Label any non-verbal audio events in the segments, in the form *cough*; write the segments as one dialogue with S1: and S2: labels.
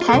S1: 台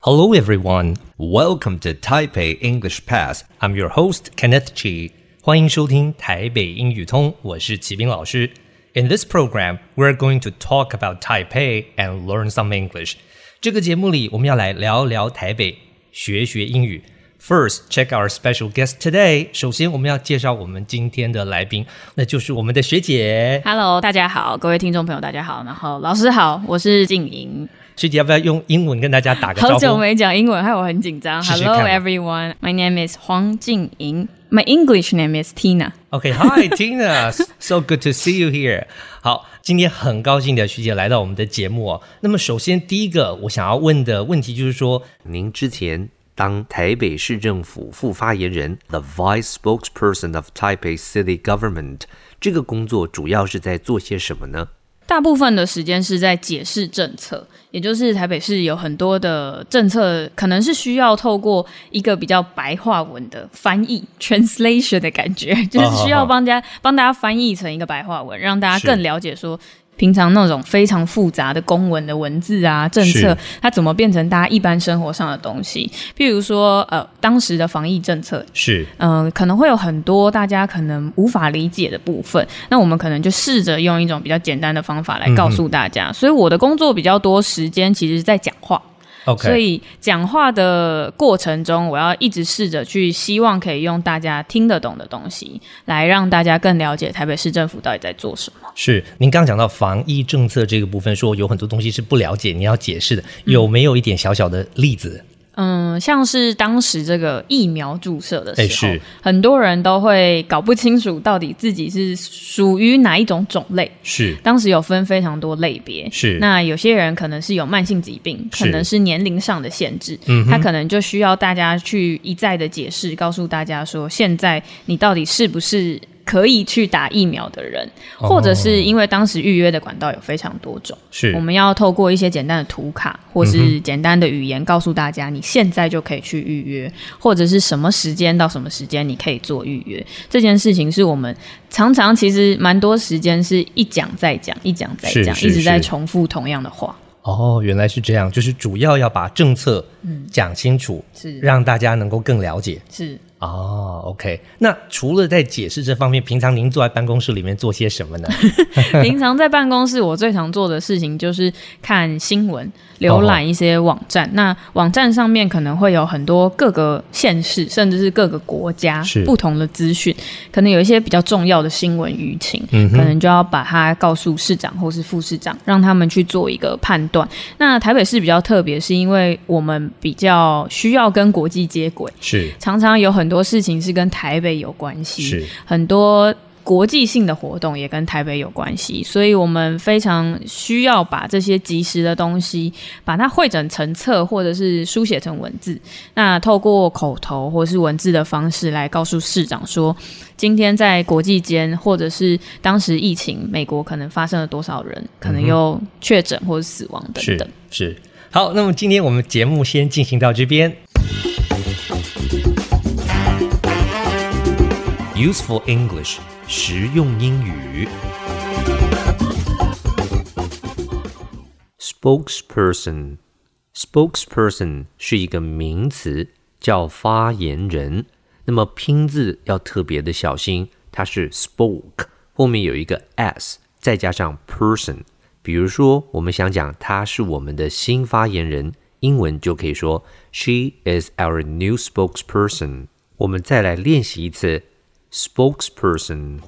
S2: Hello, everyone. Welcome to Taipei English Pass. I'm your host, Kenneth Chi. 欢迎收听台北英语通，我是齐斌老师。In this program, we're going to talk about Taipei and learn some English. 这个节目里，我们要来聊聊台北，学学英语。First, check our special guest today. 首先，我们要介绍我们今天的来宾，那就是我们的学姐。
S3: Hello，大家好，各位听众朋友，大家好，然后老师好，我是静莹，
S2: 学姐，要不要用英文跟大家打个
S3: 好
S2: 招呼？
S3: 久没讲英文，害我很紧张。
S2: 试试
S3: Hello
S2: 看
S3: everyone, my name is 黄静莹，my English name is Tina。
S2: Okay, *laughs* hi Tina, so good to see you here. 好，今天很高兴的徐姐来到我们的节目哦。那么首先第一个我想要问的问题就是说，您之前当台北市政府副发言人 （the Vice Spokesperson of Taipei City Government） 这个工作主要是在做些什么呢？
S3: 大部分的时间是在解释政策，也就是台北市有很多的政策，可能是需要透过一个比较白话文的翻译 （translation） 的感觉， *laughs* 就是需要帮大家帮大家翻译成一个白话文，让大
S2: 是
S3: 家更了解说。平常那种非常复杂的公文的文字啊、政
S2: 是
S3: 策，它怎么变成大家一般生活上的东西？譬如说，呃，当时的防疫政策，
S2: 是
S3: 嗯、可能会有很多大家可能无法理解的部分，那我们可能就试着用一种比较简单的方法
S2: 嗯
S3: 来告诉大家。所以我的工作比较多时间其实是在讲话
S2: OK，
S3: 所以讲话的过程中，我要一直试着去希望可以用大家听得懂的东西，来让大家更了解台北市政府到底在做什么。
S2: 是您刚讲到防疫政策这个部分，说有很多东西是不了解，你要解释的，有没有一点小小的例子？
S3: 嗯，像是当时这个疫苗注射的时
S2: 哎
S3: 候，
S2: 是
S3: 很多人都会搞不清楚到底自己是属于哪一种种类。
S2: 是
S3: 当时有分非常多类别，
S2: 是
S3: 那有些人可能是有慢性疾病，
S2: 是
S3: 可能是年龄上的限制，
S2: 嗯哼
S3: 他可能就需要大家去一再的解释，告诉大家说，现在你到底是不是可以去打疫苗的人，
S2: 哦
S3: 或者是因为当时预约的管道有非常多种，
S2: 是嗯
S3: 我们要透过一些简单的图卡或是简单的语言告诉大家，你现在就可以去预约，或者是什么时间到什么时间你可以做预约。这件事情是我们常常其实蛮多时间是一讲再讲，一讲再
S2: 是
S3: 讲，
S2: 是
S3: 一直在
S2: 是
S3: 重复同样的话。
S2: 哦，原来是这样，就是主要要把政策
S3: 嗯
S2: 讲清楚，
S3: 是
S2: 让大家能够更了解。
S3: 是
S2: 哦，OK。那除了在解释这方面，平常您坐在办公室里面做些什
S3: *laughs*
S2: 么呢？ *laughs*
S3: 平常在办公室，我最常做的事情就是看新闻，
S2: 哦
S3: 浏览一些网站。那网站上面可能会有很多各个县市，甚至是各个国家
S2: 是
S3: 不同的资讯，可能有一些比较重要的新闻舆情，
S2: 嗯哼
S3: 可能就要把它告诉市长或是副市长，让他们去做一个判断。那台北市比较特别，是因为我们比较需要跟国际接轨，
S2: 是
S3: 常常有很多事情是跟台北有关系，
S2: 是
S3: 很多国际性的活动也跟台北有关系，所以我们非常需要把这些及时的东西，把它汇整成册或者是书写成文字，那透过口头或是文字的方式来告诉市长说，今天在国际间或者是当时疫情，美国可能发生了多少人，可能又确诊或者死亡等等
S2: 嗯是。是。好，那么今天我们节目先进行到这边。Useful English，实用英语。Spokesperson。Spokesperson 是一个名词，叫发言人。那么拼字要特别的小心，它是 spoke 后面有一个 s，再加上 person。比如说，我们想讲他是我们的新发言人，英文就可以说 She is our new spokesperson。我们再来练习一次 spokesperson。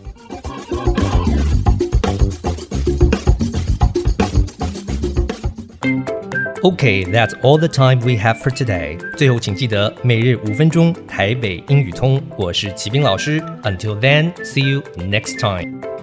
S2: Okay, that's all the time we have for today. 最后，请记得每日五分钟台北英语通。我是齐斌老师。Until then, see you next time.